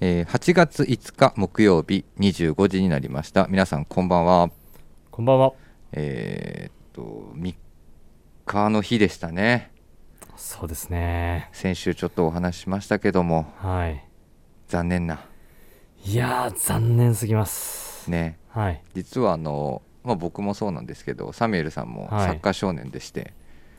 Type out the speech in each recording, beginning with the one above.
えー8月5日木曜日25時になりました皆さんこんばんはこんばんは。えーっと3日の日でしたねそうですね。先週ちょっとお話ししましたけどもはい。残念ないやー、残念すぎます。ねはい。実はあの、まあ、僕もそうなんですけどサミュエルさんもサはいッカー少年でして、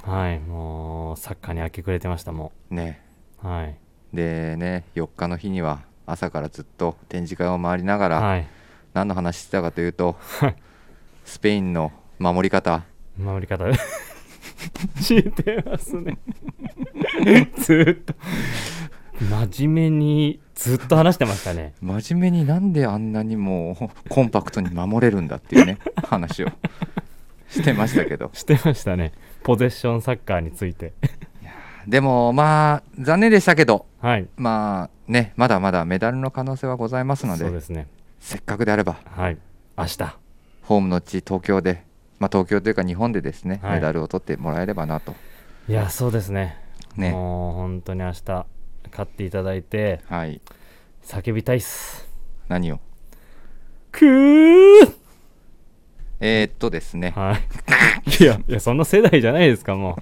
はい。もう、サッカーに明け暮れてました、もねう。はい。でね4日の日には朝からずっと展示会を回りながら、はい。何の話してたかというとスペインの守り方守 り方、知ってます ね。ずーっと。真面目に、ずっと話してましたね。真面目になんであんなにも うコンパクトに守れるんだって いうね話をしてましたけどしてましたね。ポゼッションサッカーについて。でもまあ残念でしたけどはい。まあねまだまだメダルの可能性はございますのそうでですね。せっかくであればはい。明日。ホームの地東京で、まあ、東京というか日本でですね、はいメダルを取ってもらえればなといや、そうですね。ねもう、本当に明日、勝っていただいて、はい叫びたいっす。何をくーえー、っとですねはい。いや、いや、そんな世代じゃないですか、も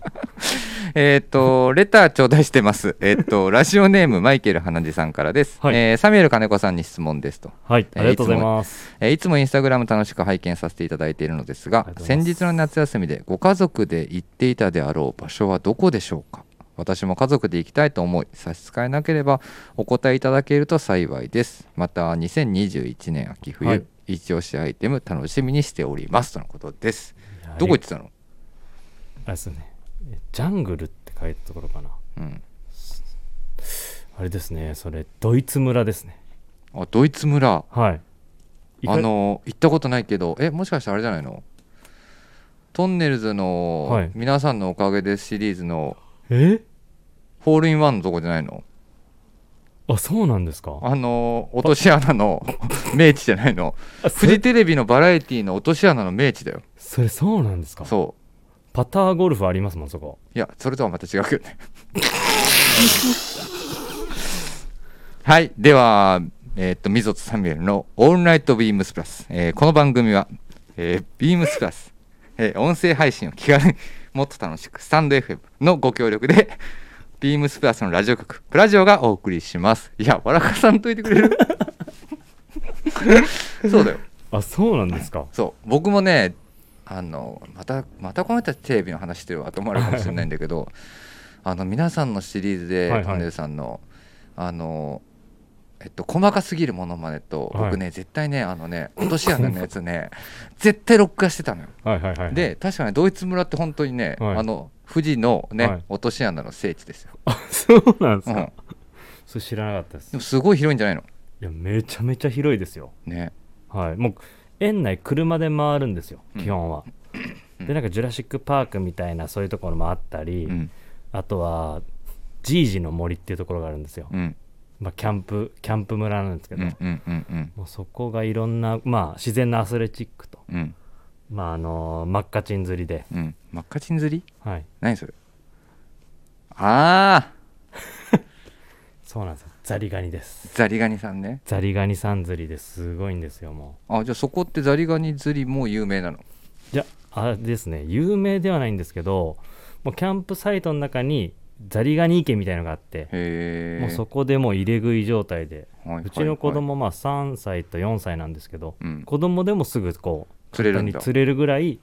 えーっと、 レター頂戴してます。えーっと、ラジオネーム、マイケル花地さんからです。はいえーサミュエル金子さんに質問ですと。う。はい、えーありがとうございます。えーいつもインスタグラム楽しく拝見させていただいているのですがありがとうござい先ます日の夏休みでご家族で行っていたであろう場所はどこでしょうか私も家族で行きたいと思い差し支えなければお答えいただけると幸いですまた2021年秋冬、はい一押しアイテム楽しみにしておりますとのことですいやどこ行っありてたの、あれですよね。えジャングルって書いたところかな。うん、あれですね、それ、ドイツ村ですね。あドイツ村はい。いかあ、の行ったことないけどえもしかしてあれじゃないのトンネルズはの「い皆さんのおかげです」シリーズのえホールインワンのとこじゃないのあ、そうなんですかあの落とし穴の 名地じゃないのフあ、そジれ、テレビのバラエティの落とし穴の名地だよそれそうなんですかそパターゴルフありますもん、そこ。ういやそれとはまた違うけどねはいではえーっとみぞとサミュエルの「オールナイトビームスプラス」えーこの番組は、えービームスプラス、えー音声配信を気軽にもっと楽しくスタンド FM のご協力でビームスプラスのラジオ局プラジオがお送りしますいやわらかさんといてくれる そうだよあ、そうなんですかそう僕もねあのまたまたこの人たちテレビの話してるわと思われるかもしれないんだけどあの皆さんのシリーズではいはいトンネルさんのあのえっと細かすぎるものまねとはい僕ね絶対ねあのね落とし穴のやつね絶対録画してたのよ。はいはいはい。、で確かにドイツ村って本当にね、はいあの富士のね、はい落とし穴の聖地ですよ。あ、そうなうんですん、か、でそれ知らなかったです。いもすごい広いんじゃないのや、めちゃめちゃ広いですよ。ね。はい、もう園内車で回るんですようん基本は、うんでなんかジュラシック・パークみたいなそういうところもあったり、うんあとはジージの森っていうところがあるんですよ、うんまあ、キャンプキャンプ村なんですけうど、んうんうんうんもうそこがいろんな、まあ、自然なアスレチックと、うんまああのーマッカチン釣りで、うん真っ赤チン釣りはい、何それああそうなんですよザリガニですザリガニさんねザリガニさん釣りですごいんですよもあじゃあそこってザリガニ釣りも有名なのういやあれですね有名ではないんですけどもうキャンプサイトの中にザリガニ池みたいのがあってへえもうそこでもう入れ食い状態で、はいうちの子供まあ3歳と4歳なんですけど、うん子供でもすぐこう釣れるんだ簡単に釣れるぐらい、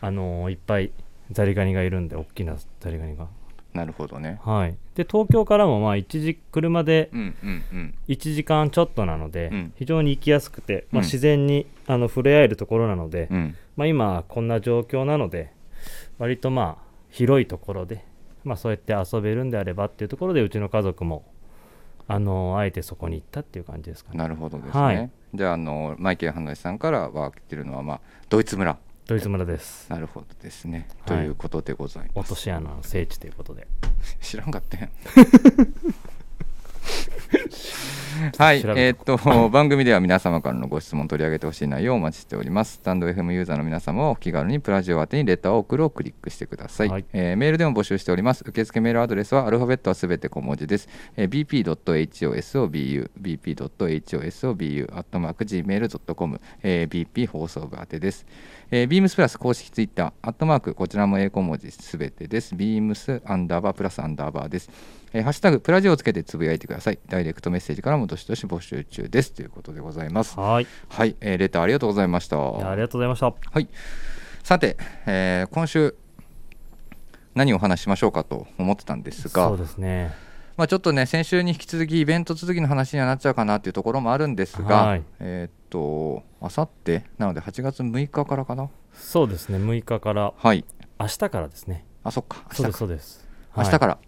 あのーいっぱいザリガニがいるんで大きなザリガニがなるほどねはいで東京からもまあ1時車でうんうんうん1時間ちょっとなので、うん非常に行きやすくて、まうんあ、自然に、あの触れ合えるところなので、うんまあ、今こんな状況なので割とまあ広いところで、まあ、そうやって遊べるんであればっていうところでうちの家族もあのあえてそこに行ったっていう感じですかねなるほどですね、はいじゃああのマイケル・ハンドリさんからは来てるのはまあドイツ村ドイツ村ですなるほどですね、はいということでございま落すとし穴の聖地と いうことで知らんかったやんちょはいっと調、えべーて、っと、 番組では皆様からのご質問取り上げてほしい内容をお待ちしております。スタンド FM ユーザーの皆様はお気軽にプラジオ宛てにレターを送るをクリックしてください。はいえーメールでも募集しております。受付メールアドレスはアルファベットはすべて小文字です。えー bp.hosobu、bp.hosobu、アットマーク gmail.com、えー bp 放送部宛てです。えー、beams プラス公式ツイッター、アットマーク、こちらも英語文字すべてです。beams アンダーバープラスアンダーバーです。えーハッシュタグ、プラジオをつけてつぶやいてください。ダイレクトメッセージからもどしどし募集中です。ということでございます。はいいはい、えーレターありがとうございました。やあはりがとうございましたい。さて、えー今週、何をお話ししましょうかと思ってたんですが、そうですねまあ、ちょっとね先週に引き続きイベント続きの話にはなっちゃうかなというところもあるんですが、はいえーっとあさってなので8月6日からかなそうですね6日からはい明日からですねあそっかそ明う日ですかそうです明日からら、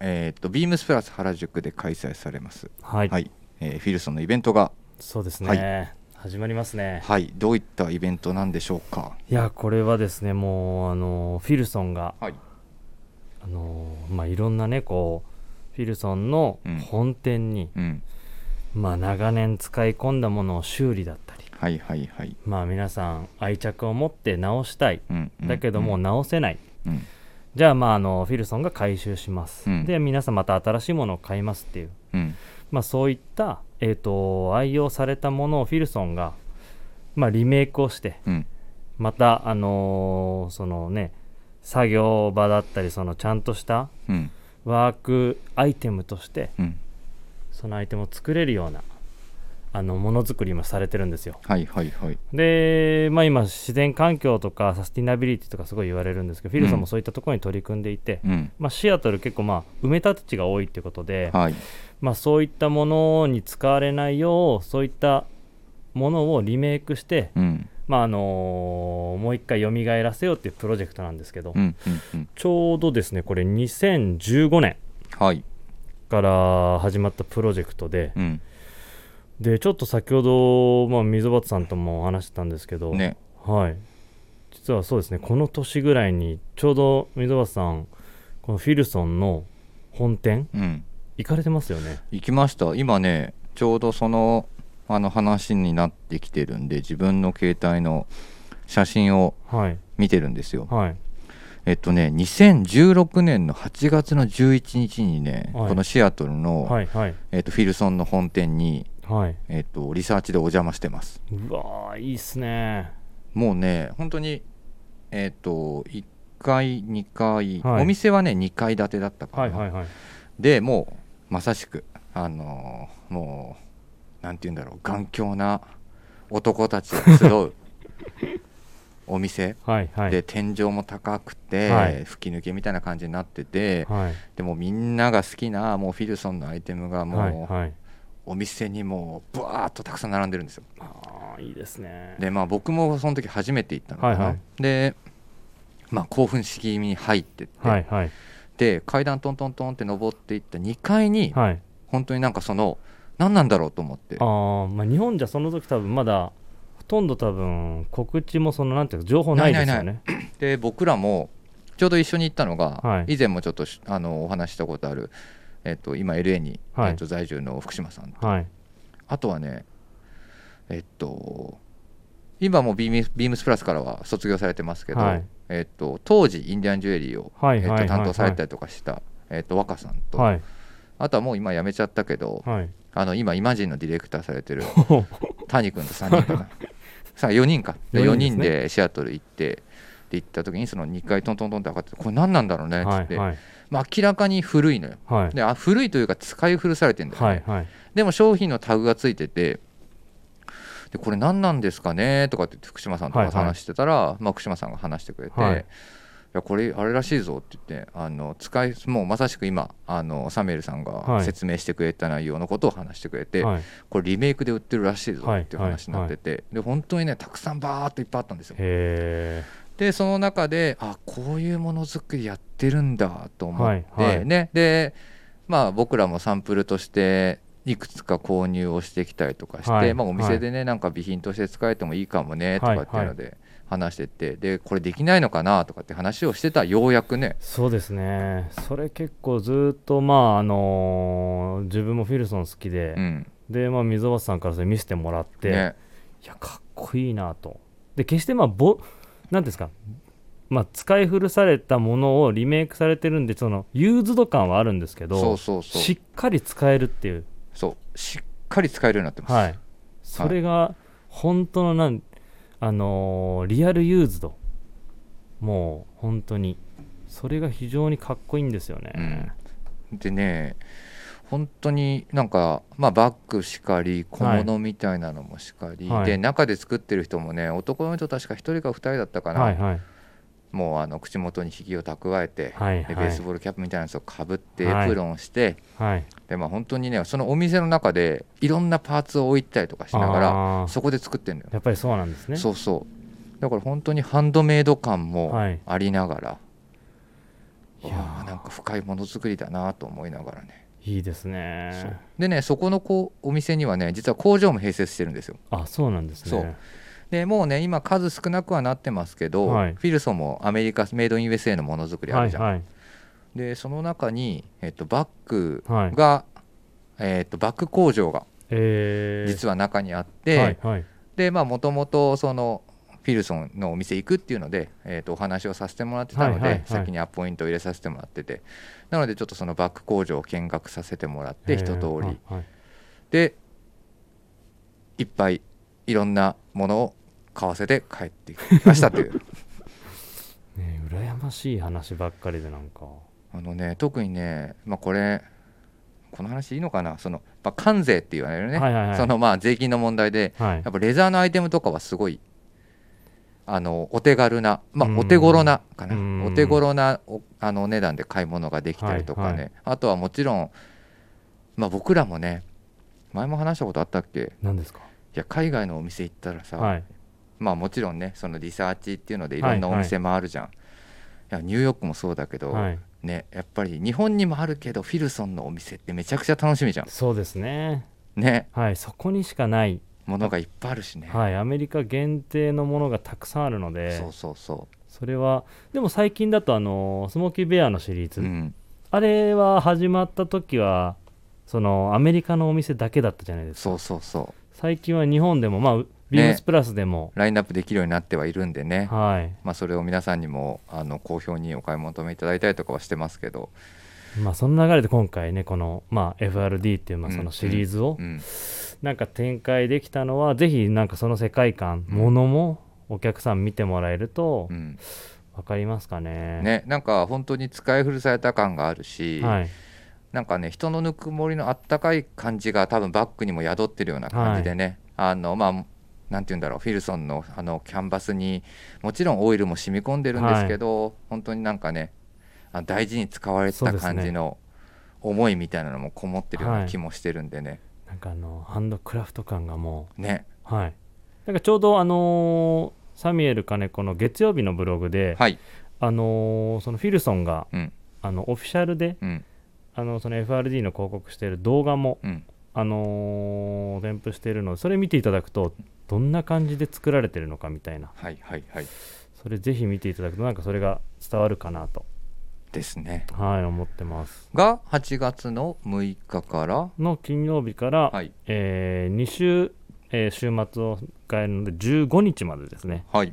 えーっとビームスプラス原宿で開催されますははい、い、はい、えーフィルソンのイベントがそうですね、は始まりますねはいどういったイベントなんでしょうかいやこれはですねもうあのフィルソンがはいあのまあいろんなねこうフィルソンのうん本店に、うんまあ長年使い込んだものを修理だったりはいはいはいまあ皆さん愛着を持って直したいうんうんだけどもう直せない、うんじゃあまああのフィルソンが回収します、うんで皆さんまた新しいものを買いますっていううんまあそういった、えー、と愛用されたものをフィルソンが、まあ、リメイクをしてうんまたあのーそのね作業場だったりそのちゃんとしたうんワークアイテムとしてうんそのアイテムを作れるようなあのものづくりもされてるんですよはいはいはいで、まあ、今自然環境とかサスティナビリティとかすごい言われるんですけど、フィルソンうんもそういったところに取り組んでいて、うんまあ、シアトル結構まあ埋め立て地が多いってことで、はいまあ、そういったものに使われないようそういったものをリメイクして、うんまああのもう一回蘇らせようっていうプロジェクトなんですけど、うんうんうんちょうどですねこれ2015年はいから始まったプロジェクトで、うんでちょっと先ほど、まあ、溝端さんともお話してたんですけど、ねはい実はそうですねこの年ぐらいにちょうど溝端さんこのフィルソンの本店うん行かれてますよね行きました今ねちょうどそのあの話になってきてるんで自分の携帯の写真をはい見てるんですよはいえっとね2016年の8月の11日にね、はいこのシアトルの、はいはいえっと、フィルソンの本店に、はいえっと、リサーチでお邪魔してますうわーいいっすねもうね本当にえっと1階2階、はいお店はね2階建てだったかはら、いはいはいでもうまさしくあのーもうなんて言うんだろう頑強な男たちが集 うお店はいはいで天井も高くて、はい吹き抜けみたいな感じになってて、はいでもみんなが好きなもうフィルソンのアイテムがはいもうはいお店にもうブワーっとたくさん並んでるんですよあーいいですねでまあ僕もその時初めて行ったのかな、はいはいでまあ興奮し気味に入ってって、はいはいで階段トントントンって登っていった2階にはい本当になんかその何なんだろうと思ってあーまあ日本じゃその時多分まだほとんど多分告知もそのなんていうか情報ないですよねで僕らもちょうど一緒に行ったのが、はい以前もちょっとしあのお話ししたことある、えっと今 LA に、はいえっと在住の福島さんはいあとはねえっと今もビームビームスプラスからは卒業されてますけど、はいえっと、当時インディアンジュエリーを、はいえっはいはと、い担当されたりとかした、えっと、若さんと、はいあとはもう今辞めちゃったけどはいあの今イマジンのディレクターされ てるほう谷君と3人か なさあ4人かで4四人人ですねでシアトル行ってで行った時にその2階トントントンって上がっててこれ何なんだろうねっつはって、いはいまあ、明らかに古いのよはいであ古いというか使い古されてんだよね、はいはいでも商品のタグがついててでこれ何なんですかねとかって言って福島さんとはいかはい話してたら、まあ、福島さんが話してくれて、はいい、やこれあれらしいぞって言ってあの使いもうまさしく今あのサミュエルさんはがい説明してくれた内容のことを話してくれて、はいこれリメイクで売ってるらしいぞはいっていう話になってて、で本当にねたくさんバーっといっぱいあったんですよへでその中であこういうものづくりやってるんだと思って、はいはいねでまあ僕らもサンプルとしていくつか購入をしてきたりとかして、はいまあ、お店でね、なんか備品として使えてもいいかもねとかっていうので話してて、でこれできないのかなとかって話をしてたようやくねそうですねそれ結構ずっとまああのー自分もフィルソン好きで、うんで、まあ、溝端さんからそれ見せてもらって、ねいやかっこいいなとで決してまあぼなんですか、まあ、使い古されたものをリメイクされてるんでそのユーズド感はあるんですけどそうそうそうしっかり使えるっていう、そうしっかり使えるようになってます、はい、それが本当のなん、あのーリアルユーズドもう本当にそれが非常にかっこいいんですよね、うん、でね本当になんか、まあ、バッグしかり小物みたいなのもしかり、はいで中で作ってる人もね男の人確か1人か2人だったかな、はいはいもうあの口元にひげを蓄えて、はいではベースいボールキャップみたいなやつをかぶって、はいエプロンをしてはいで、まあ、本当にねそのお店の中でいろんなパーツを置いたりとかしながらあーそこで作ってるのよ、やっぱりそうなんですねそうそうだから本当にハンドメイド感もはいありながら、いやわあなんか深いものづくりだなと思いながらねいいですそうねでねそこのこうお店にはね実は工場も併設してるんですよあそうなんですねそうでもうね今数少なくはなってますけど、はいフィルソンもアメリカメイドイン USA のものづくりあはるいじゃん、はいでその中に、えっと、バッグはいが、えっと、バッグ工場がえー実は中にあって、はいはいでまあもともとそのフィルソンのお店行くっていうので、えー、とお話をさせてもらってたので、はいはいはい先にアポイントを入れさせてもらっててなのでちょっとそのバッグ工場を見学させてもらって一通り、えーはいでいっぱいいろんなものを買わせて帰ってきましたという ねえ羨ましい話ばっかりでなんかあのね特にね、まあ、これこの話いいのかなその、まあ、関税って言われるね、はいはいはいそのまあ税金の問題ではいやっぱレザーのアイテムとかはすごいあのお手軽な、まうあ、んお手頃なかなうんお手頃なおあのお値段で買い物ができたりとかね、はいはあとはもちろん、まあ、僕らもね前も話したことあったっけ何ですかいや海外のお店行ったらさ、はいまあもちろんねそのリサーチっていうのでいろんなお店回るじゃん、いやニューヨークもそうだけど、はいねやっぱり日本にもあるけどフィルソンのお店ってめちゃくちゃ楽しみじゃんそうですねねはいそこにしかないものがいっぱいあるしね、はいアメリカ限定のものがたくさんあるのでそうそうそそれはでも最近だとあのスモーキーベアのシリーう、ズうん、あれは始まった時はそのアメリカのお店だけだったじゃないですかそうそうそ最近は日本でもまあビームスプラスでもうラインナップできるようになってはいるんでね、はいまあ、それを皆さんにもあの好評にお買い求めいただいたりとかはしてますけど、まあその流れで今回ねこのまあ FRD っていうまあそのシリーズをうん、なんか展開できたのはぜひなんかその世界観うんものもお客さん見てもらえるとうん分かりますかね。ねなんか本当に使い古された感があるし、はい、なんかね人のぬくもりのあったかい感じが多分バッグにも宿ってるような感じでね、あのまあなんて言うんだろうフィルソンのあのキャンバスにもちろんオイルも染み込んでるんですけど、本当になんかねあ大事に使われてそうたですね感じの思いみたいなのもこもってるようはない気もしてるんでね、なんかあのハンドクラフト感がもねうはいなんかちょうどあのーサミュエル金子の月曜日のブログで、はい、あのーそのフィルソンが、うんあのオフィシャルでうんあのその FRD の広告している動画も、うん、あのー添付しているのでそれ見ていただくとどんな感じで作られてるのかみたいなはいはいはいそれぜひ見ていただくとなんかそれが伝わるかなとですねはい思ってますが8月の6日からの金曜日から、はいえ2週、えー週末を迎えるので15日までですねはい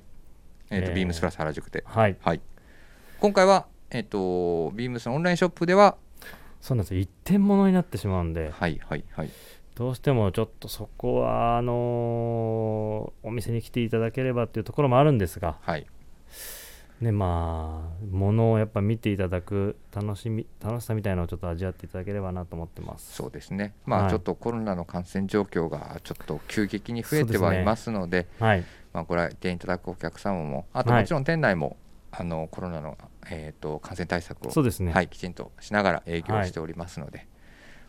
えっ、と、えービームスプラス原宿ではいはい今回はえっ、とビームスのオンラインショップではそうなんですよ一点物になってしまうんではいはいはいどうしてもちょっとそこはあのーお店に来ていただければっていうところもあるんですがはいねまあ物をやっぱ見ていただく楽しみ楽しさみたいなのをちょっと味わっていただければなと思ってますそうですねまあ、はいちょっとコロナの感染状況がちょっと急激に増えそうてですはねいますのではいまあ、ご来店いただくお客様もあとはいもちろん店内も、あのコロナの、えー、と感染対策をそうですねはい、きちんとしながら営業しておりますので、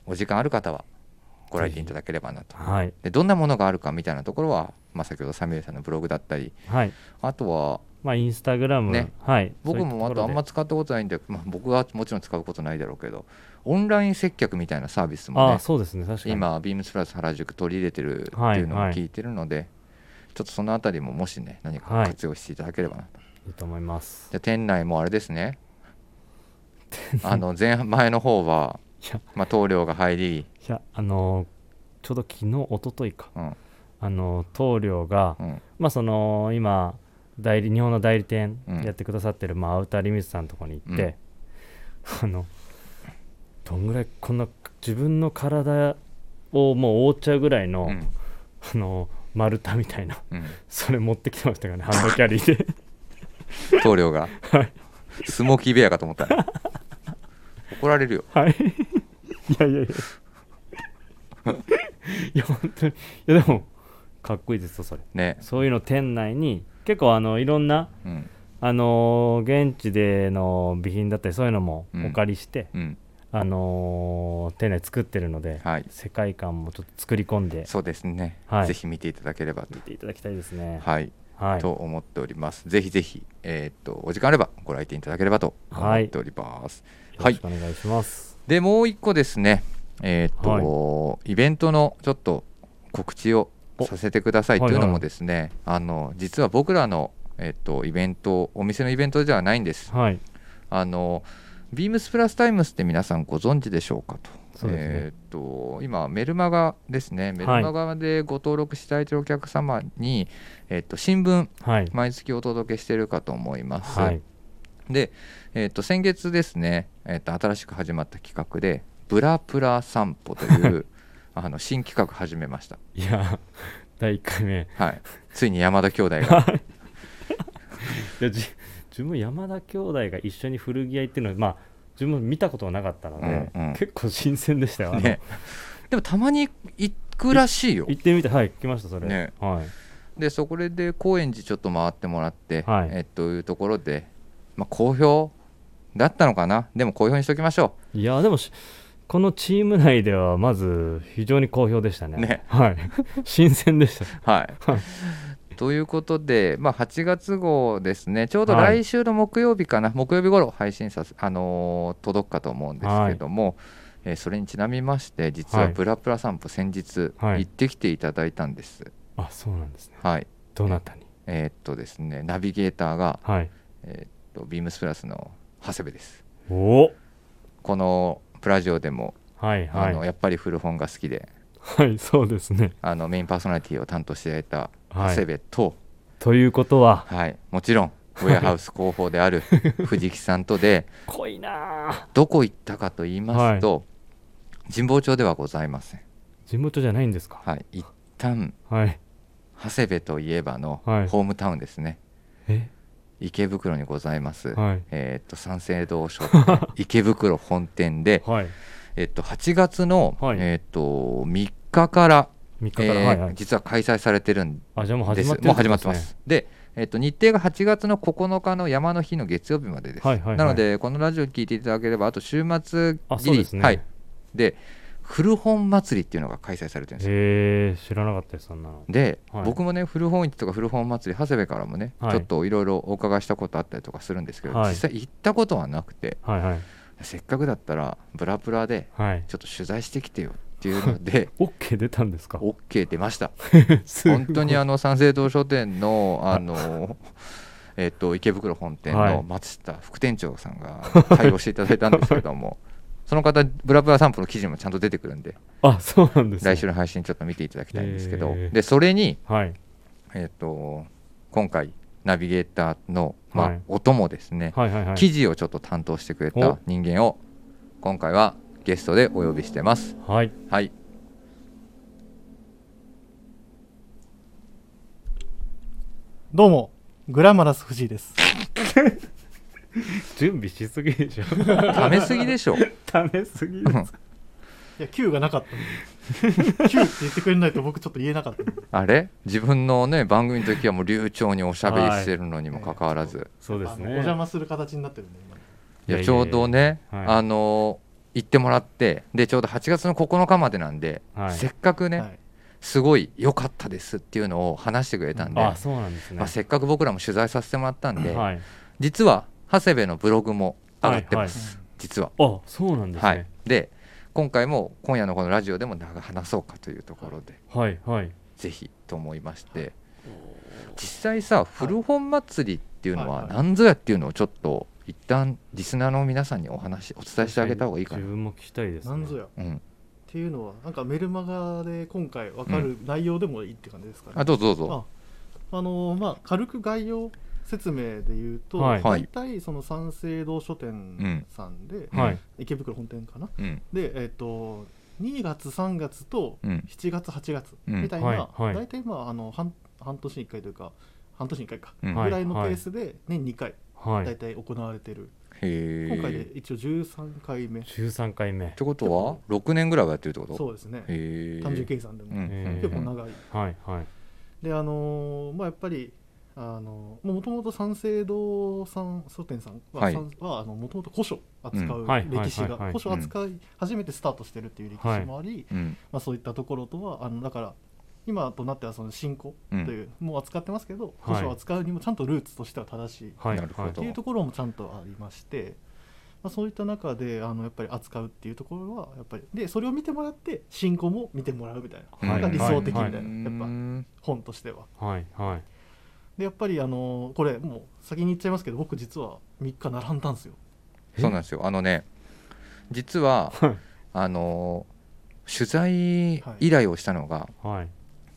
お時間ある方はご来店いただければなとはいでどんなものがあるかみたいなところは、まあ、先ほどサミュエルさんのブログだったりはいあとはまあインスタグラム、ねはい僕もあとあんまつ使ったことないんでまあ、僕はもちろん使うことないだろうけどオンライン接客みたいなサービスあもあねそうですね確かに今ビームスプラス原宿取り入れてるってはいいうのをはい聞いてるので、ちょっとそのあたりももしね何かはい活用していただければなと、いいと思いますで店内もあれですねあの前前の方は、いやまあ、棟梁が入りいやあのーちょうど昨日一昨日かうんあの棟梁が、うんまあその今代理日本の代理店うんやってくださってる、まあ、アウターリミッツさんのとこに行って、あのどんぐらいこんな自分の体をもう覆っちゃうぐらいの、うんあの丸太みたいな うんそれ持ってきてましたからねハンドキャリ ーで棟梁が、スモーキーベアかと思ったね怒られるよはいいやいやいやいや本当にいやでもかっこいいですよそれねそういうの店内に結構あのいろんなうんあのー現地での備品だったりそういうのもうんお借りして、うんあのー店内作ってるので、はい世界観もちょっと作り込んでそうですね、はいぜひ見ていただければと見ていただきたいですねはい、はいと思っておりますぜひぜひえーっとお時間あればご来店いただければと思っておりますよはろいしくお願いしますでもう一個ですねえーっと、イベントのちょっと告知をさせてくださいおというのはいはもいですね、あの実は僕らのえーっとイベントお店のイベントではないんですはいあのビームスプラスタイムスって皆さんご存知でしょうかと。そうですねえーっと今メルマガですねメルマガでご登録したいというお客様に、えっと新聞はい毎月お届けしてるかと思います、はいで、えっと先月ですね、えっと新しく始まった企画で「ブラプラ散歩」という あの新企画始めました、いや第1回目いはい、ついに山田兄弟がやじ自分も山田兄弟が一緒に古着屋行ってるのまあ自分も見たことがなかったので、うんうん結構新鮮でしたよ、あの ねでもたまに行くらしいよ行ってみてはい来ましたそれ、ねはいでそこで高円寺ちょっと回ってもらって、はいえっというところで、まあ、好評だったのかなでも好評にしときましょいやでもしこのチーム内ではまず非常に好評でしたね。ねはい、 新鮮でした。う。はい、はいということで、まあ、8月号ですねちょうどは来い週の木曜日かな、木曜日頃配信させ、あのー届くかと思うんですけども、えーそれにちなみまして実ははい「ブラプラ散歩」先日はい行ってきていただいたんです。あそうなんですね。はい、どなたにえーっとですねナビゲーターが、はい。えーっとビームスプラスの長谷部です。おこのプラジオでもはいあはい。のやっぱり古本が好きではいそうですね。あのメインパーソナリティを担当していただいたはい長谷部と、ということははいもちろんウェアハウス広報であ る藤木さんとで濃いなあどこ行ったかと言いますと、神保町ではございません、地元じゃないんですか。はい、一旦はい。長谷部といえばのはいホームタウンですね、え池袋にございます、はいえーっと三省堂書店 池袋本店で、はい。えっと8月の、はいえーっと3日から3日から、はいはえーい。実は開催されてるんあじゃあもう始ですまってるもんう始まってまですね。す。で、えっと日程が8月の9日の山の日の月曜日までです。はいはいはいなので、このラジオ聞いていただければ、あと週末あギそうリ、ですね。はい、で古本祭りっていうのが開催されてるんですよ。へえ知らなかったですそんなの。で、はい僕もね、古本市とか古本祭り、長谷部からもね、はいちょっといろいろお伺いしたことあったりとかするんですけど、はい実際行ったことはなくて、はいはいせっかくだったら、ブラブラではい。ちょっと取材してきてよっていうの で、オッケー出たんですか。 OK 出ました。 すごい本当にあの三省堂書店のあのえっと池袋本店はいの松下副店長さんが対応していただいたんですけども、その方ブラブラ散歩の記事もちゃんと出てくるんで、あそうなんです、ね。来週の配信ちょっと見ていただきたいんですけど、へーでそれにはいえっと今回ナビゲーターのまあはいお供ですね、はいはいはい。記事をちょっと担当してくれたお人間を今回はゲストでお呼びしてます。はい。 はい。どうも、グラマラス藤井です。準備しす ぎでしょためすぎでしょ。ダメすぎうんですいや、Q がなかったんで。Q って言ってくれないと僕ちょっと言えなかったんで。あれ自分のね番組の時はもう流暢におしゃべりしてるのにもかかわらず、そうですあのおね邪魔する形になってるんで、今い、いややいやいやちょうどね、はいあの行ってもらってでちょうど8月の9日までなんで、はいせっかくね、はい。すごい良かったですっていうのを話してくれたんで、あそうなんですね、まあ、せっかく僕らも取材させてもらったんで、はい実は長谷部のブログも上がってます、はいはい実は。あそうなんですはいね、で今回も今夜のこのラジオでも長話そうかというところで、はいはいぜひと思いまして実際さ古本祭りっていうのは何ぞやっていうのをちょっと一旦リスナーの皆さんにお話お伝えしてあげた方がいいかな自、分も聞きたいです、ね、なんぞや。っうん、てっていうのはなんかメルマガで今回分かる内容でもいいって感じですかね、あどうぞどうぞあのーまあ、軽く概要説明で言うと、はいはい大体その三省堂書店さんで、うんはい。池袋本店かなうんで、えっと2月3月とうん7月8月うんみたいはいな、はい大体まああの半半年に1回というか半年に1回か、うんはいぐらいのペースで年2回はい。大体行われてる、へ今回でえ一応13回目、 13回目っ。てことは6年ぐらいはやってるってことそうですねへえ単純計算でも、うんへー結構長いはいはい。であのーまあやっぱりあのもともと三省堂さん書店さんは,、はいさんはあのもともと古書扱ううんはい歴史はいはいはがい古書扱い初めてスタートしてるっていう歴史もあり、うんまあ、そういったところとはあのだから今となってはその信仰という、もう扱ってますけどはい古書を扱うにもちゃんとルーツとしては正しいっはい。なるほてどいうところもちゃんとありまして、まあ、そういった中であのやっぱり扱うっていうところはやっぱりでそれを見てもらって信仰も見てもらうみたいな、はいが理想的みたいな、はやっっぱ本としては。はいはい。でやっぱりあのこれもう先に言っちゃいますけど僕実は3日並んだんですよえそうなんですよあのね実ははいあの取材依頼をしたのがはい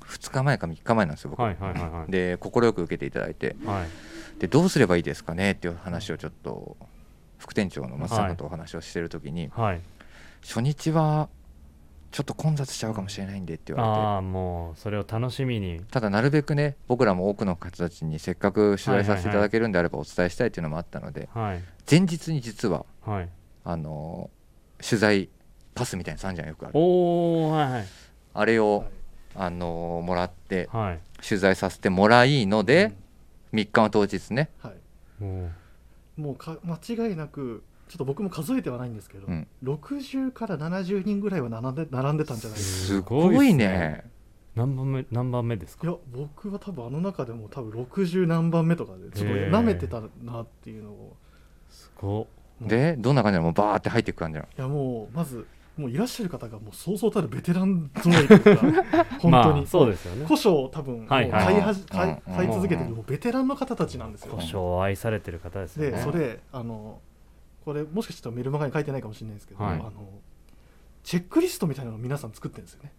2日前か3日前なんですよ僕はいはいはい。で快く受けていただいてはい。でどうすればいいですかねっていう話をちょっと副店長の松坂とお話をしてる時に、はい。初日はちょっと混雑しちゃうかもしれないんでって言われてああ、もう、それを楽しみに。ただなるべくね僕らも多くの方たちにせっかく取材させていただけるんであればお伝えしたいっていうのもあったので、はい。前日に実ははい。あのー取材パスみたいなやつあんじゃんよくあるおー、はいはい。あれを、はいあのーもらってはい。取材させてもらいので、3日の当日ねうんはもい、もうか間違いなくちょっと僕も数えてはないんですけど、うん60から70人ぐらいは並んで並んでたんじゃないですすかすごごいいっすねねう、何番目、何番目ですいかや僕は多分あの中でも多分60何番目とかでちょっとへーなめてたなっていうのをすごでどんな感じなのもうバーって入っていく感じなのいやもうまずもういらっしゃる方がもうそうそうたるベテランぞろいというか 本当い。に、まあ、そうですよね。古書を多分もうは買いいはいはじうん買い買い続けてうんるもうベテランの方たちなんですよ故障を愛されてる方ですよでね。それあのこれもしかしたらメルマガに書いてないかもしれないですけど、はいあのチェックリストみたいなのを皆さん作ってるんですよね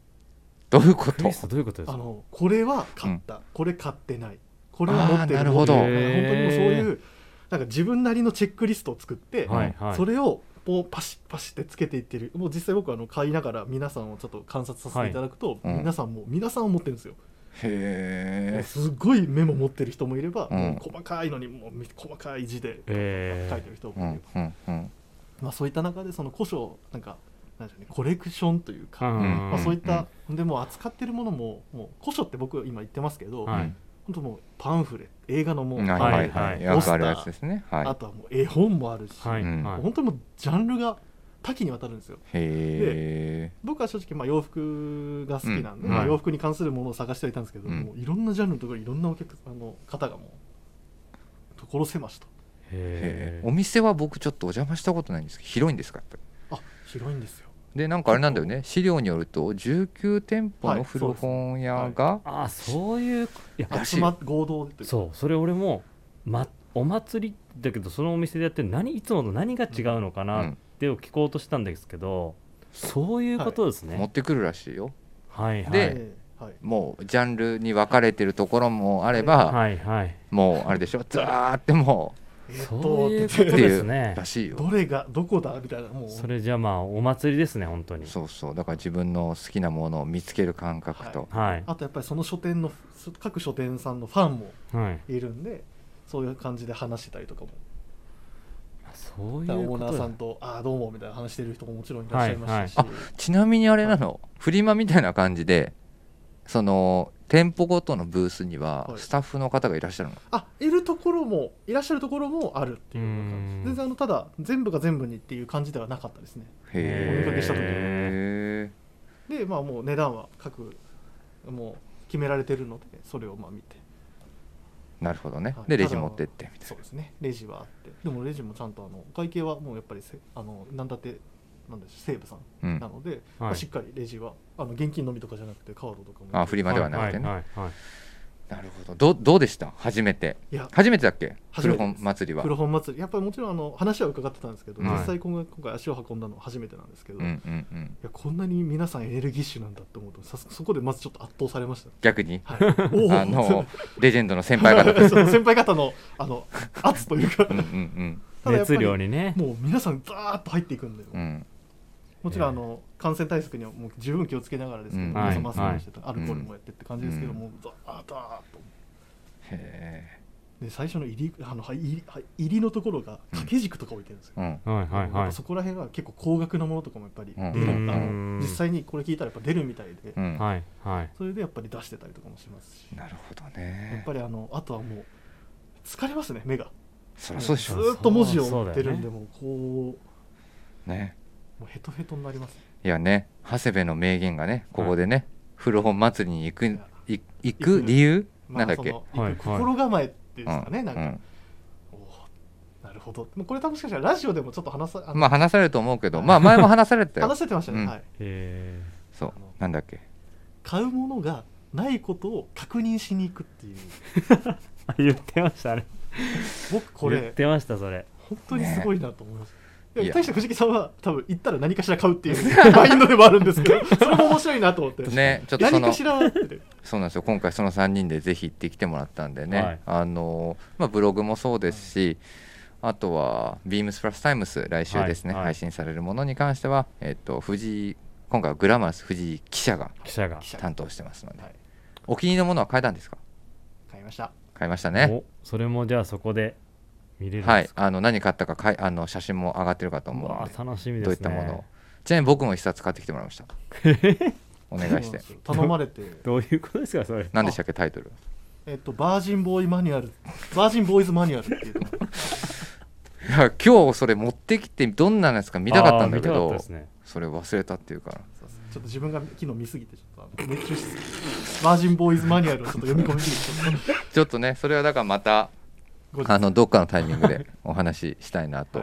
どういうこクとリストどういうことですあかのこれは買った、これ買ってないこれあはー持ってるなるほど持ってないへー本当にもうそういうなんか自分なりのチェックリストを作って、はいはいそれをこうパシッパシッってつけていってるもう実際僕はあの買いながら皆さんをちょっと観察させていただくと、はいうん皆さんも皆さんを持ってるんですよへすっごいメモ持ってる人もいれば、うんもう細かいのにもう細かい字でえ書いーてる人もいえうれば、んうんうんまあ、そういった中でその古書なんかなんでしょうねコレクションというか、うんまあ、そういった、でもう扱ってるものももう古書って僕今言ってますけど、はい本当もうパンフレ映画のもうはパいンフレ、はいはいははいいよくあるやつですねあはとはもう絵本もあるし、はいうんはい本当にもうジャンルが多岐にわたるんですよいへえ僕は正直まあ洋服が好きなんで、うんまあはい洋服に関するものを探してはいたんですけど、うんもういろんなジャンルのところにいろんなお客さんの方がもう所狭しとへおー店は僕ちょっとお邪魔したことないんですけど広いんですかやっぱりあ広いんですよでなんかあれなんだよね資料によると19店舗の古本屋があそういういやらしい集まっ合同でというかそうそれ俺も、ま、お祭りだけどそのお店でやってる何いつもと何が違うのかうなっんてを聞こうとしたんですけど、そういうことです持っね、てくるらしいよはい、はいでええはいもうジャンルに分かれてるところもあれば、はいはいもうあれでしょずーってもえーっとそういうこうとってでいすうねらしいよどれがどこだみたいなもうそれじゃあまあお祭りですね本当にそうそうだから自分の好きなものを見つける感覚と、はいあとやっぱりその書店のそ各書店さんのファンもはいいるんでそういう感じで話してたりとかもそういだからうこオーナとーださんと「ああどうも」みたいな話してる人ももちろんいらっしゃいましたし、はいちなみにあれなのフリマみたいな感じでその店舗ごとのブースにははいスタッフの方がいらっしゃるの、あいるところもいらっしゃるところもあるっていうようなう感んじ全然あのただ全部が全部にっていう感じではなかったですねへえお見かけした時にへでまあもう値段は各もう決められてるのでそれをまあ見ーてなるほどね、はいでレジ持ってってみたいそうですねレジはあってでもレジもちゃんとあのお会計はもうやっぱりせあのなんだってなんでしょう西武さんな、うんなので、まあはいしっかりレジはあの現金のみとかじゃなくてカードとかもあフリマではなくてね、はいはいはいなるほどどどうでした初めていや初めてだっけ初め古てです本祭りは古本祭りやっぱりもちろんあの話は伺ってたんですけど、はい実際今回今回足を運んだの初めてなんですけど、うんういんうんやこんなに皆さんエネルギッシュなんだって思うとさそこでまずちょっと圧倒され ました、逆にはい、おおあ のレジェンドの先輩方とそう先輩方のあの圧というかうんうん ただやっ熱ぱり量にねもう皆さんザーッと入っていくんで、うんうんもちろんえあえの感染対策にはもう十分気をつけながらですけど、うん皆さはんいマスクもしてた、いアルコールもやってって感じですけど、うんもうザーッザーッとへで最初の入りあのはい入りはい入りのところが掛け軸とか置いてるんですよ、えうんはいはいなんはいかそこら辺は結構高額なものとかもやっぱり出る、うんあうんの実際にこれ聞いたらやっぱ出るみたいで、うんはいはいそれでやっぱり出してたりとかもしますし、なるほどやっねぱりあのあとはもう疲れますね目がそりゃそうでしずょうーっと文字をそう追ってるんでそもうこねうもうヘトヘトになりますいやね長谷部の名言がねここでね古本祭りに行くいやい行く理由まなあんだっけそのはいはい心構えっていうんですかね、うんなんか、うんおーなるほどもうこれ多分もしかしたらラジオでもちょっと話さあのまあ話されると思うけどはいまあ前も話されてたよ話せてましたね、うんはいへそうなんだっけ買うものがないことを確認しに行くっていうー言ってましたね僕こ言っれてましたそれ本当にすごいなと思います、いいやや対して藤木さんは多分行ったら何かしら買うっ ていうマインドでもあるんですけどそれも面白いなと思って、ねちょっとそ何のかしらってそうなんですよ今回その3人でぜひ行ってきてもらったんでね、はいあのまあ、ブログもそうですし、あとは「ビームスプラスタイムス来週ですね、はいは配い信されるものに関しては、えっと藤井今回はグラマラス藤井記者が記者が記者担当してますので、はいお気に入りのものは買えたんですか買いました買いましたねおそれもじゃあそこで見れるんはでいすかあの何買ったかかいあの写真も上がってるかと思うのわであ楽しみですねどういったものをちなみに僕も一冊買ってきてもらいま したお願いしそうなんてですよ頼まれてどういうことですかそれ何でしたっけタイトルえっとバージンボーイマニュアルバージンボーイズマニュアルっていうのがいや今日それ持ってきてどんなやつか見たかったんだけあー見たかったどですねそれ忘れたっていうからそうそうちょっと自分が昨日見すぎてちょっとあの熱中しすぎてバージンボーイズマニュアルをちょっと読み込みすぎてちょっとちょっとねそれはだからまた後日あのどっかのタイミング でお話ししたいなはとい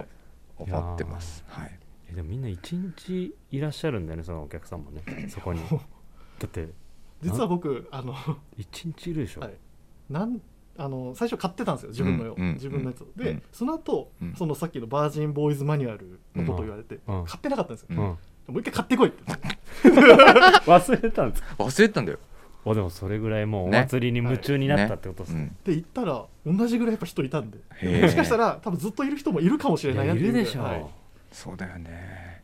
思ってます。はい、えでもみんな一日いらっしゃるんだよねそのお客さんもねそこにだって実は僕あの一日いるでしょ、はいなんあの最初買ってたんですよ自分のよ、うんうん自分のやつをうんで、その後、うんそのさっきのバージンボーイズマニュアルのことを言われて、うん買ってなかったんですよ、うんうんもう一回買ってこいって忘れたんですか忘れてたんだよ。おでもそれぐらいもうおね祭りに夢中になったってことですねねで行ったら同じぐらいやっぱ人いたんでへーもしかしたら多分ずっといる人もいるかもしれないいなやっいているうぐらでいしょ、はいそうだよね。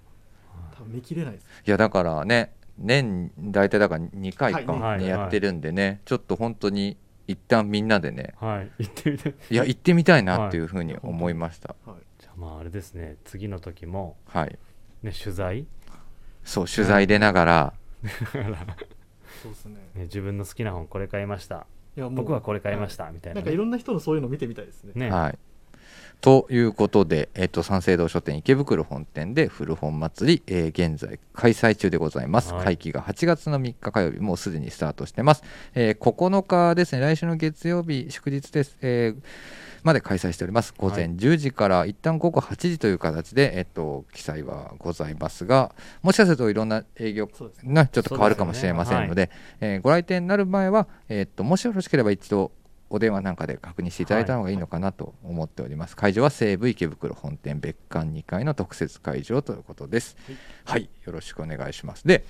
多分見切れないですいやだからね年大体だから2回か、はいねやってるんでね、ちょっと本当に一旦みんなでねはい行ってみて いや行ってみたいなっていうふうに思いました。はいじゃあまああれですね次の時もはい、ね取材、そう取材出ながら、そうですねね、自分の好きな本これ買いましたいやもう僕はこれ買いましたみたいななんね、かいろんな人のそういうの見てみたいですねねはい。ということで、えっと、三省堂書店池袋本店で古本祭り、えー現在開催中でございます、はい会期が8月の3日火曜日もうすでにスタートしてます、えー9日ですね来週の月曜日祝日です、えーまで開催しております午前は10時から一旦午後8時という形で、えっと、記載はございますがもしかするといろんな営業そうですねなちょっと変わるかもしれませんのでえーご来店になる前は、えーっともしよろしければ一度お電話なんかで確認していただいた方がいいのかなと思っております、会場は西武池袋本店別館2階の特設会場ということですはいはい、よろしくお願いしますで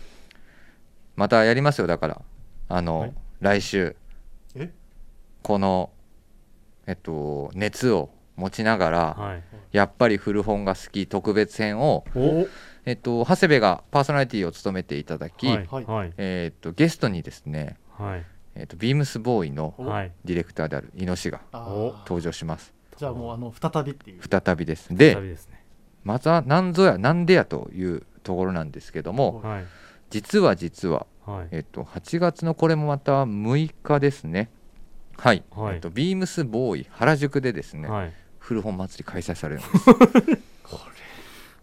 またやりますよだからあの、はい来週えこのえっと熱を持ちながら、はいやっぱり古本が好き特別編を、おえっと、長谷部がパーソナリティを務めていただき、はいはいはいえっとゲストにですね、はいえっとビームスボーイのおはいディレクターであるイノシがあおー登場しますじゃあもうあの再びっていう再びです旅でですねまた何ぞやなんでやというところなんですけどもはい実は実は、はいえっと8月のこれもまた6日ですねはい、はいえっと、ビームスボーイ原宿でですね、はい古本祭り開催さ れるんですこれ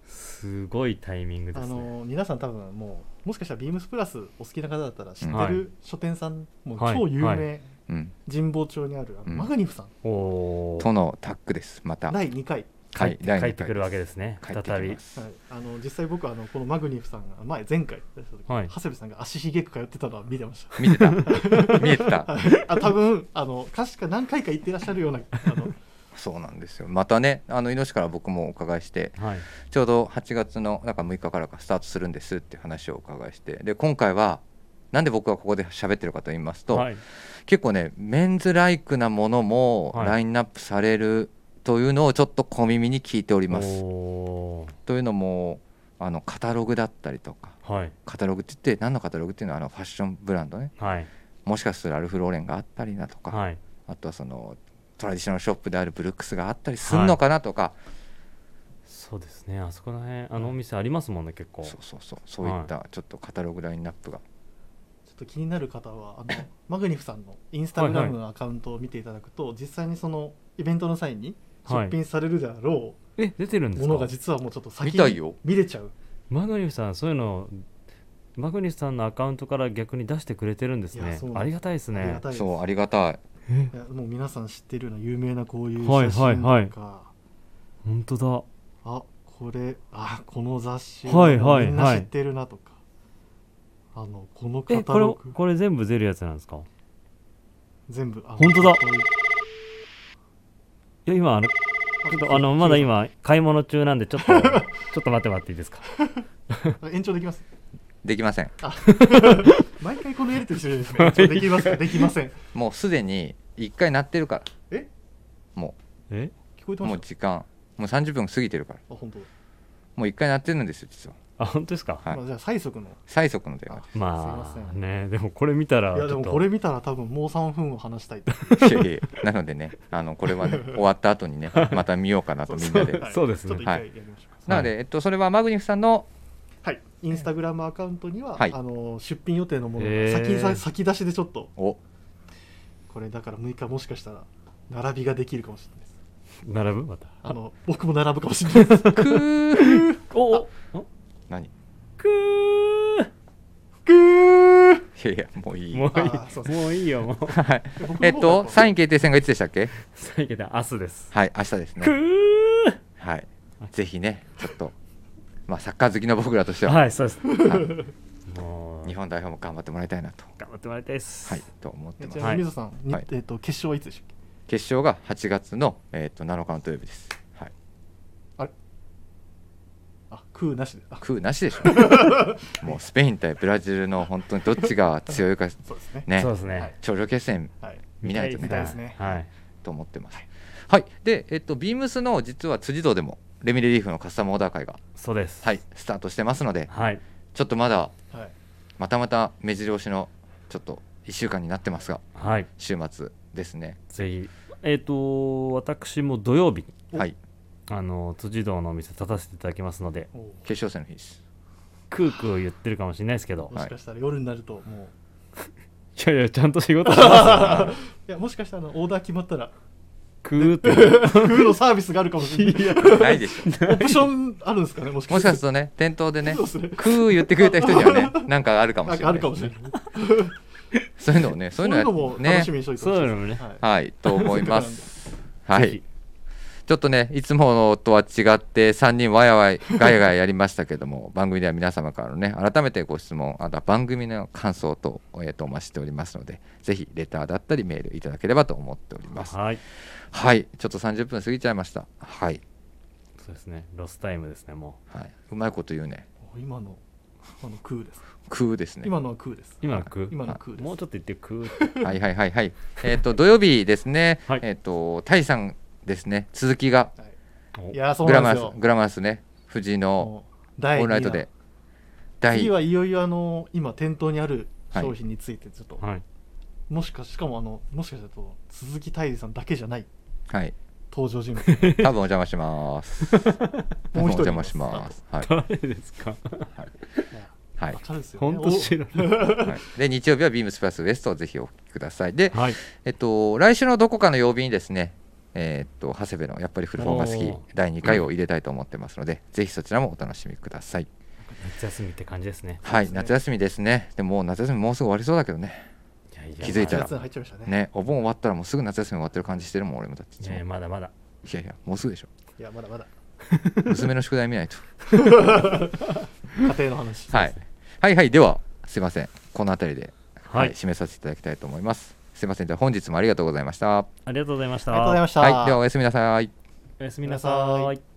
すごいタイミングであすねの皆さん多分もうもしかしたらビームスプラスお好きな方だったら知ってはいる書店さん、もうはい超有名、はいうん神保町にあるあのうんマグニフさん、おおとのタッグですまた第2回帰はいって第二帰回ってくるわけですね帰って再きびますはい、あの実際僕はあのこのマグニフさんが前前回出した時、はい長谷部さんが足ひげく通ってたのは見てました見てた見えてたはいあ多分あの確か何回か行ってらっしゃるようなあのそうなんですよまたねあの猪から僕もお伺いしてはいちょうど8月のなんか6日からかスタートするんですって話をお伺いしてで今回はなんで僕がここで喋ってるかと言いますと、はい結構ねメンズライクなものもはいラインナップされるというのをちょっと小耳に聞いております。おーというのもあのカタログだったりとかはいカタログって言って何のカタログっていうのはあのファッションブランドねはいもしかするとアルフローレンがあったりだとか、はいあとはそのトラディショナルショップであるブルックスがあったりするのかなとか、そうですねあそこら辺あのお店ありますもんね結構そうそうそうそういったちょっとカタログラインナップが、ちょっと気になる方はあのマグニフさんのインスタグラムのアカウントを見ていただくと、実際にそのイベントの際にはい出品されるであろえ出てるんうでもすのかが実はもうちょっと先見たいによ見れちゃうマグニフさんそういうのマグニフさんのアカウントから逆に出してくれてるんですいねやそうなんですありがたいですありねがたいですそうありがたいえいやもう皆さん知ってるような有名なこういうはい写真とか、はいはい本当だあこれあこの雑誌はいはいみんな知ってるなとか、あのこのえカタこれログこれ全部出るやつなんですか全部あの本当だこういういや今あのちょっとあのまだ今買い物中なんでちょっとちょ っと待って待っていいですかあ延長できますできません毎回このやりとりしてるんですね延長でき ますかできませんもうすでに1回鳴ってるからえもえ聞こえてうまもしうた時間もう30分過ぎてるからあ本当だもう1回鳴ってるんですよ実はあ本当ですか、はいまあ、じゃあ最速の最速の電話ますいまあせんねでもこれ見たらいちょやっでもとこれ見たら多分もう3分を話したいいやいやなのでねあのこれはね終わった後にねまた見ようかなとみんなでそうですねちょっと一回やりましょうなので、えっと、それはマグニフさんのはい、インスタグラムアカウントには、はいあの出品予定のものがへー先,、先出しでちょっとおこれだから6日もしかしたら並びができるかもしれないです並ぶまたあの僕も並ぶかもしれない ですくーおおお何いくーくーやいやもういいもあーそうういいもういいよもうはい僕の方がえっと3位決定戦がいつでしたっけ最近だ明日ですはい明日ですくねーはいぜひねちょっとまあサッカー好きの僕らとしては、はいそうですはもうい日本代表も頑張ってもらいたいなと頑張ってもらいたいですはいと思ってえまちすなみに水野さん、にはいえっと決勝はいつでしたっけ決勝が8月の、えー、と7日の土曜日です。はい、あ空なしであ空なしでしょもうスペイン対ブラジルの本当にどっちが強いかそうですねねそうですね、はい頂上決戦はい見ないと見ねたいですねはいと思ってます。はいで、えっとビームスの実は辻堂でもレミレリーフのカスタムオーダー会が、そうですはい、スタートしてますのではいちょっとまだはいまたまた目白押しのちょっと1週間になってますがはい週末ですね。ぜひえっ、と私も土曜日におはいあの辻堂のお店立たせていただきますのでおう決勝戦の日です。クークー言ってるかもしれないですけどはいもしかしたら夜になるともういやいやちゃんと仕事してますよいやもしかしたらあのオーダー決まっ たら クーって空のサービスがあるかもしれないないでしょ。オプションあるんですかねもしもかししかたらするとね店頭でねそうですね「クー」言ってくれた人には ねなんかあるかもなんしれかなあいでるすね、かもしれないそういうのをねそういうそういうののもをね楽しみにしといてそういうのもねはいはいと思います はぜいひちょっとねいつものとは違って3人わやわやガヤガヤやりましたけども 番組では皆様からのね改めてご質問あとは番組の感想と,、えーとお待ちしておりますのでぜひレターだったりメールいただければと思っておりますはいはいちょっと30分過ぎちゃいましたはい、そうですねロスタイムですねもはい、うまいこと言うねお今の今の空ですクーですね今のは空ですう今のクー今の空ですもうちょっと言ってクー ってはいはいはいはい。えっ、と土曜日ですね。はいえっ、とタイさんですね。鈴木がはいおいやーそうグラなマラんですスよグラマラスね。藤井のもうオ第ー二ルナイ弾トで第次はいよいよあの今店頭にある商品についてちょっと、はいもしかしかもあのもしかしたらと鈴木泰治さんだけじゃないはい。登場人物もう多分お邪魔し ます。多分お一人邪魔します。はい誰です かはい わかるですよね本当知らないはい。で日曜日はビームスプラスウエストをぜひお聞きください。ではいえっ、と来週のどこかの曜日にですね。えっと長谷部のやっぱりフルフォーマスキーおー第2回を入れたいと思ってますので、ぜひそちらもお楽しみください。夏休みって感じですねはい、そうですね夏休みですね。でももう夏休みもうすぐ終わりそうだけどね。 いやいや気づいたら8月に入っちゃいましたねね、お盆終わったらもうすぐ夏休み終わってる感じしてるもん俺もだっていついもやいやまだまだいやいやもうすぐでしょ いやまだまだ娘の宿題見ないと。家庭の話、はい、はいはいではすいませんこの辺りで、はい締めさせていただきたいと思いますすいませんでは本日もありがとうございましたありがとうございましたありがとうございました、はいではおやすみなさいおやすみなおやすみなささい